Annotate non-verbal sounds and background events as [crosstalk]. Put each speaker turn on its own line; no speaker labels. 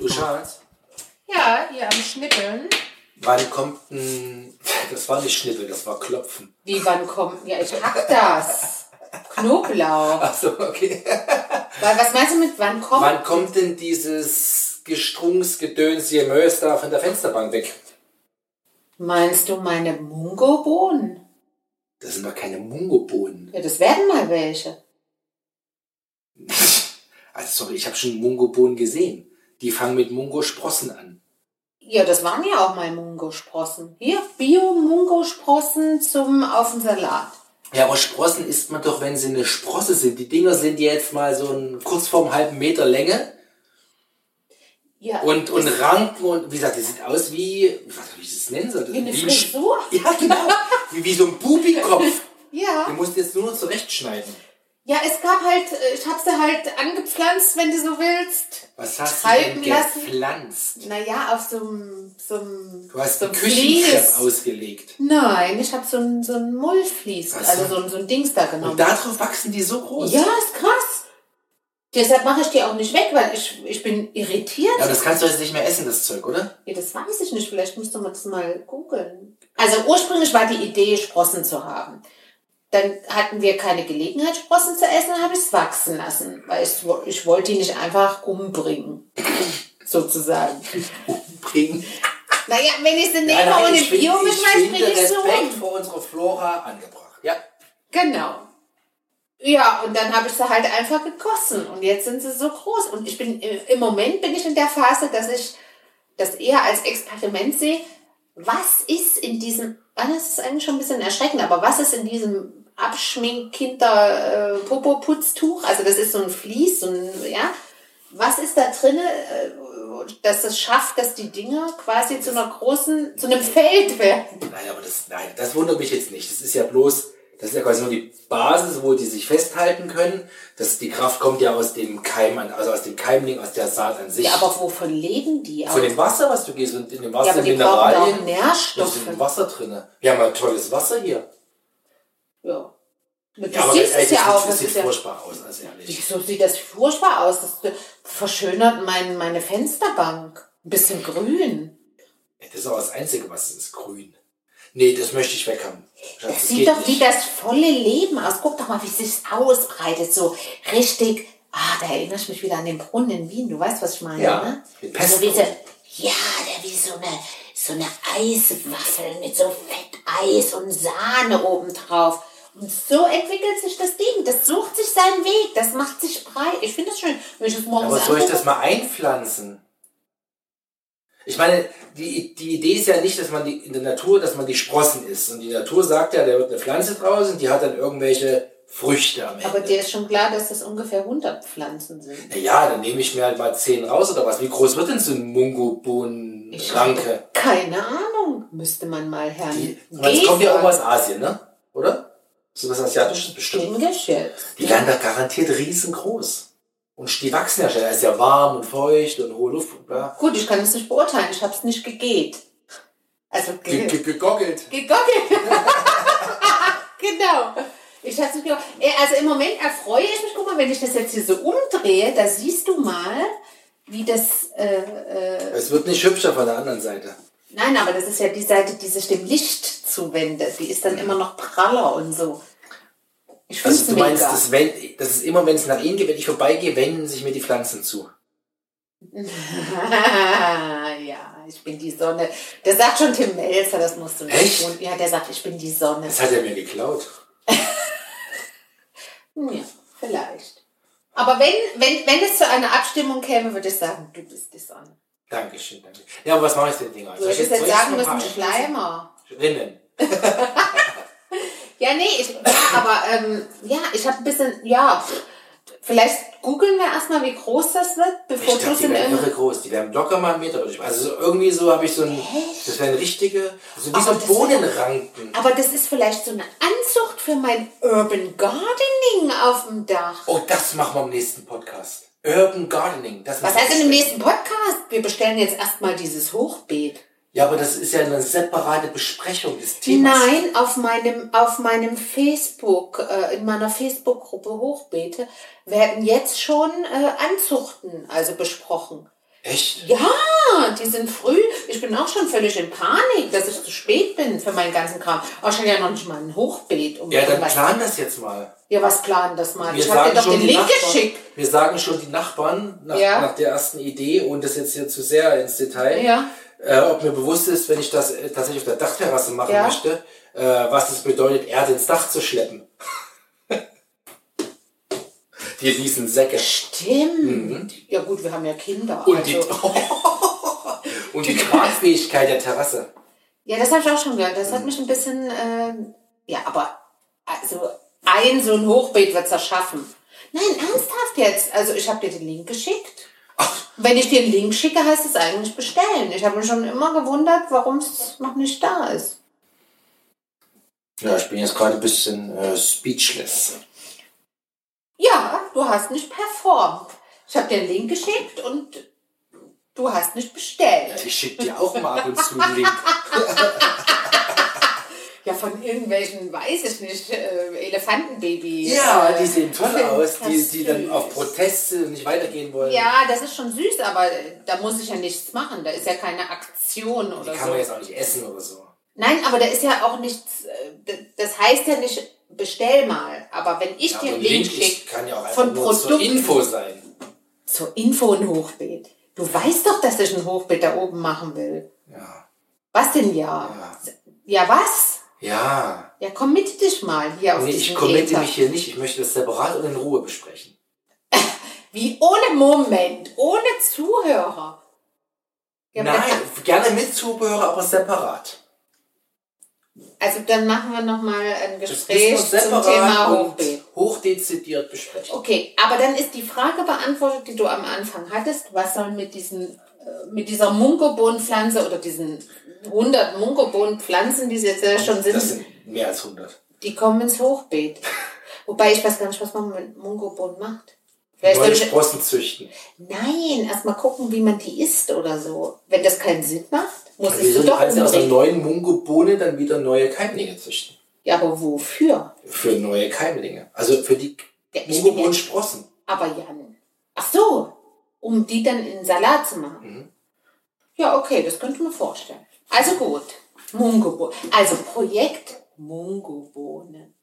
Du Charles,
Ja, hier am Schnippeln.
wann kommt ein. [laughs] Das war nicht Schnippel, das war Klopfen.
Wie, wann kommt? Ja, ich pack das. Knoblauch.
Achso, Also, okay.
Weil, was meinst du mit wann kommt?
Wann kommt denn dieses Gestrungsgedöns hier Mös da von der Fensterbank weg?
Meinst du meine Mungo-Bohnen?
Das sind doch keine Mungobohnen.
Ja, das werden mal welche.
Also sorry, ich habe schon Mungobohnen gesehen. Die fangen mit Mungosprossen an.
Ja, das waren ja auch mal Mungo-Sprossen. Hier, Bio-Mungo-Sprossen zum auf den Salat.
Ja, aber Sprossen isst man doch, wenn sie eine Sprosse sind. Die Dinger sind ja jetzt mal so ein, kurz vorm halben Meter Länge
Ja,
und, und Ranken und wie gesagt, die sieht aus wie, was soll ich das nennen soll?
Wie eine
ein Sch-
Frisur?
Ja,
[laughs]
genau. wie, wie so ein Bubikopf. Den
ja.
musst du jetzt nur noch zurechtschneiden.
ja, es gab halt, äh, ich hab sie halt angepflanzt, wenn du so willst.
Was hast
Treiben
du denn
lassen.
gepflanzt?
Naja, auf so einem... So einem
Du hast
so
einen
einem
Küchenkrepp
Vlies.
ausgelegt.
Nein, ich hab so ein, so ein Mullflies,
Ach so.
also so ein, so ein Dings da genommen.
Und darauf wachsen die so groß.
Ja, ist krass. Deshalb mache ich die auch nicht weg, weil ich, ich bin irritiert.
Ja, das kannst du jetzt nicht mehr essen, das Zeug, oder?
Ja, das weiß ich nicht. Vielleicht müsste man das mal googeln. Also ursprünglich war die Idee, Sprossen zu haben. Dann hatten wir keine Gelegenheit, Sprossen zu essen, dann habe ich es wachsen lassen. Weil ich, wo- ich wollte die nicht einfach
[laughs]
umbringen. sozusagen.
Bringen.
Naja, wenn ich sie nehme
Ja, nein,
und
ich
im
finde-
Bio
ich
mitmache,
finde
bringe ich sie um.
Respekt vor unserer Flora angebracht. Ja.
Genau. Ja, und dann habe ich sie halt einfach gegossen und jetzt sind sie so groß. Und ich bin äh, im Moment bin ich in der Phase, dass ich das eher als Experiment sehe. Was ist in diesem, ah, das ist eigentlich schon ein bisschen erschreckend, aber was ist in diesem Abschminkkinder äh, Popo-Putztuch? Also das ist so ein Vlies, so ein, ja. Was ist da drin, äh, dass es schafft, dass die Dinger quasi zu einer großen, zu einem Feld werden?
Nein, aber das, nein, das wundert mich jetzt nicht. Das ist ja bloß, das ist ja quasi nur die Basis, wo die sich festhalten können. Das, die Kraft kommt ja aus dem Keim an, also aus dem Keimling, aus der Saat an sich.
Ja, aber wovon leben die?
Von dem Wasser, was du gehst und in dem
Ja,
Wasser
aber die brauchen
Mineralien.
auch
Das ist
Nährstoffe.
im Wasser drin. Wir haben ja tolles Wasser hier.
Ja. Du
aber
siehst es
ehrlich,
ja auch.
sieht-
Das
sieht
ist ja,
furchtbar aus, also ehrlich.
wieso sieht das furchtbar aus? Das äh, verschönert mein, meine Fensterbank. Ein bisschen grün.
Das ist auch das Einzige, was es ist, grün. Nee, das möchte ich weg haben. Schatz,
Das sieht doch wie das volle Leben aus. Guck doch mal, wie sich's ausbreitet. So richtig. Ah, da erinnere ich mich wieder an den Brunnen in Wien. Du weißt, was ich meine,
Ja,
ne?
den
Also wie so,
Pestbrunnen.
ja, der wie so eine, so eine Eiswaffel mit so Fetteis und Sahne obendrauf. Und so entwickelt sich das Ding. Das sucht sich seinen Weg. Das macht sich breit. Ich finde das schön. Wenn ich das morgens
Aber soll ich
angucke-
das mal einpflanzen? Ich meine, die, die Idee ist ja nicht, dass man die, in der Natur, dass man die Sprossen isst. Und die Natur sagt ja, da wird eine Pflanze draußen, die hat dann irgendwelche Früchte am Ende.
Aber dir ist schon klar, dass das ungefähr 100 Pflanzen sind.
naja, dann nehme ich mir halt mal zehn raus oder was. Wie groß wird denn so ein Mungobohnen-Ranke?
Keine Ahnung. Müsste man mal Herrn
Das
G
kommt ja
fragen.
irgendwo aus Asien, ne? Oder? So was Asiatisches bestimmt.
Hingeschätzt.
Die werden da garantiert riesengroß. Und die wachsen ja schnell. Da ist ja warm und feucht und hohe Luft. Und bla.
Gut, ich kann es nicht beurteilen. Ich habe es nicht gegeht. Also
Ge-
ge
ge- Gegoggelt.
gegoggelt. [laughs] genau. Ich hab's nicht ge Äh, Also im Moment erfreue ich mich. Guck mal, wenn ich das jetzt hier so umdrehe, da siehst du mal, wie das... Äh, äh,
Es wird nicht hübscher von der anderen Seite.
nein, aber das ist ja die Seite, die sich dem Licht zuwendet. Die ist dann immer noch praller und so. Ich finde es
Also du meinst,
mega.
dass wenn, das ist immer, wenn es nach innen geht, wenn ich vorbeigehe, wenden sich mir die Pflanzen zu.
Ah, ja, ich bin die Sonne. Der sagt schon Tim Melzer, das musst du nicht
Echt?
tun. Ja, der sagt, ich bin die Sonne.
Das hat er mir geklaut.
Hm, ja, vielleicht. Aber wenn, wenn, wenn es zu einer Abstimmung käme, würde ich sagen, du bist die Sonne.
Dankeschön, danke. Ja, aber was mache ich denn, Dinger?
Du hättest jetzt sagen müssen, Schleimer.
Rinnen.
Ja, nee, ich, aber ähm, ja, ich habe ein bisschen, ja, vielleicht googeln wir erstmal, wie groß das wird,
Ich
bevor du
dachte,
es
die
in
wären
irgendeinem
irre groß. Die wären locker mal einen Meter. oder so. Also so irgendwie so habe ich so ein, das wären richtige, also wie
Aber
so
Oh, das wär-
Bohnenranken.
Aber das ist vielleicht so eine Anzucht für mein Urban Gardening auf dem Dach.
Oh, das machen wir im nächsten Podcast. Urban Gardening. Das
Was
macht
heißt denn im
Spaß.
nächsten Podcast? Wir bestellen jetzt erstmal dieses Hochbeet.
Ja, aber das ist ja eine separate Besprechung des Themas.
Nein, auf meinem, auf meinem Facebook, äh, in meiner Facebook-Gruppe Hochbeete werden jetzt schon äh, Anzuchten also besprochen.
Echt?
Ja, die sind früh. Ich bin auch schon völlig in Panik, dass ich zu spät bin für meinen ganzen Kram. Aber ich hatte ja noch nicht mal ein Hochbeet. Um
Ja, dann
was,
plan das jetzt mal.
ja, was planen das mal?
Wir
ich habe
sagen,
dir doch
schon
den
die
Link
Nachbarn,
geschickt.
wir sagen schon die Nachbarn nach,
Ja.
nach der ersten Idee, ohne das jetzt hier zu sehr ins Detail,
Ja.
äh, ob mir bewusst ist, wenn ich das äh, tatsächlich auf der Dachterrasse machen
Ja.
möchte, äh, was es bedeutet, Erde ins Dach zu schleppen. [laughs] die riesen Säcke.
Stimmt. Ja gut, wir haben ja Kinder.
Mhm. Und die,
also.
[laughs] und die Tragfähigkeit der Terrasse.
Ja, das habe ich auch schon gehört. Das hat mich ein bisschen, äh, ja, aber also ein so ein Hochbeet wird's ja schaffen. Nein, ernsthaft jetzt. Also ich habe dir den Link geschickt. Wenn ich dir den Link schicke, heißt es eigentlich bestellen. Ich habe mich schon immer gewundert, warum es noch nicht da ist.
Ja, ich bin jetzt gerade ein bisschen äh, speechless.
Ja, du hast nicht performt. Ich habe dir den Link geschickt und du hast nicht bestellt.
Ich schicke dir auch mal ab und zu einen Link.
Ja, von irgendwelchen, weiß ich nicht, äh, Elefantenbaby.
Ja,
äh,
die sehen toll
Filmen.
aus, die,
Das
die dann
süß.
auf Proteste nicht weitergehen wollen.
Ja, das ist schon süß, aber äh, da muss ich ja nichts machen. Da ist ja keine Aktion oder
Die
so.
kann man jetzt auch nicht essen oder so.
Nein, aber da ist ja auch nichts. äh, d- Das heißt ja nicht, bestell mal. Aber wenn ich dir
Aber
einen
Link
Link
ist-
schicke
kann ja auch einfach
von
nur zur
Produkt
Info sein.
zur Info ein Hochbeet. Du weißt doch, dass ich ein Hochbeet da oben machen will.
Ja.
Was denn ja? Ja, was?
Ja.
Ja, committe dich mal hier auf
Nee,
diesen
ich committe
Äther.
mich hier nicht. Ich möchte das separat und in Ruhe besprechen.
Wie ohne Moment, ohne Zuhörer. Ja, aber
Nein, gerne mit Zubehör, aber separat.
Also dann machen wir nochmal ein
Das müssen
Gespräch
wir
zum
separat
Thema
und
Hochbeet.
hochdezidiert besprechen.
Okay, aber dann ist die Frage beantwortet, die du am Anfang hattest. Was soll mit diesen, äh, mit dieser Mungobohnenpflanze oder diesen 100 Mungobohnenpflanzen, die es jetzt ja schon
Das
sind,
sind mehr als 100.
die kommen ins Hochbeet. Wobei ich weiß gar nicht, was man mit Mungobohnen macht. Vielleicht
Neue
sollte ich,
Sprossen züchten.
nein, erstmal gucken, wie man die isst oder so. Wenn das keinen Sinn macht, muss ich
Wieso
sie
du
doch
kannst du aus der
umbringen.
neuen Mungo-Bohne dann wieder neue Keimlinge züchten?
Ja, aber wofür?
Für neue Keimlinge. Also für die
Ja, ich bin ja-
Mungo-Bohnen-Sprossen.
Aber Jan, ach so, um die dann in Salat zu machen. Ja, okay, das könnte man vorstellen. Also gut, Mungobohnen. Also Projekt Mungobohnen.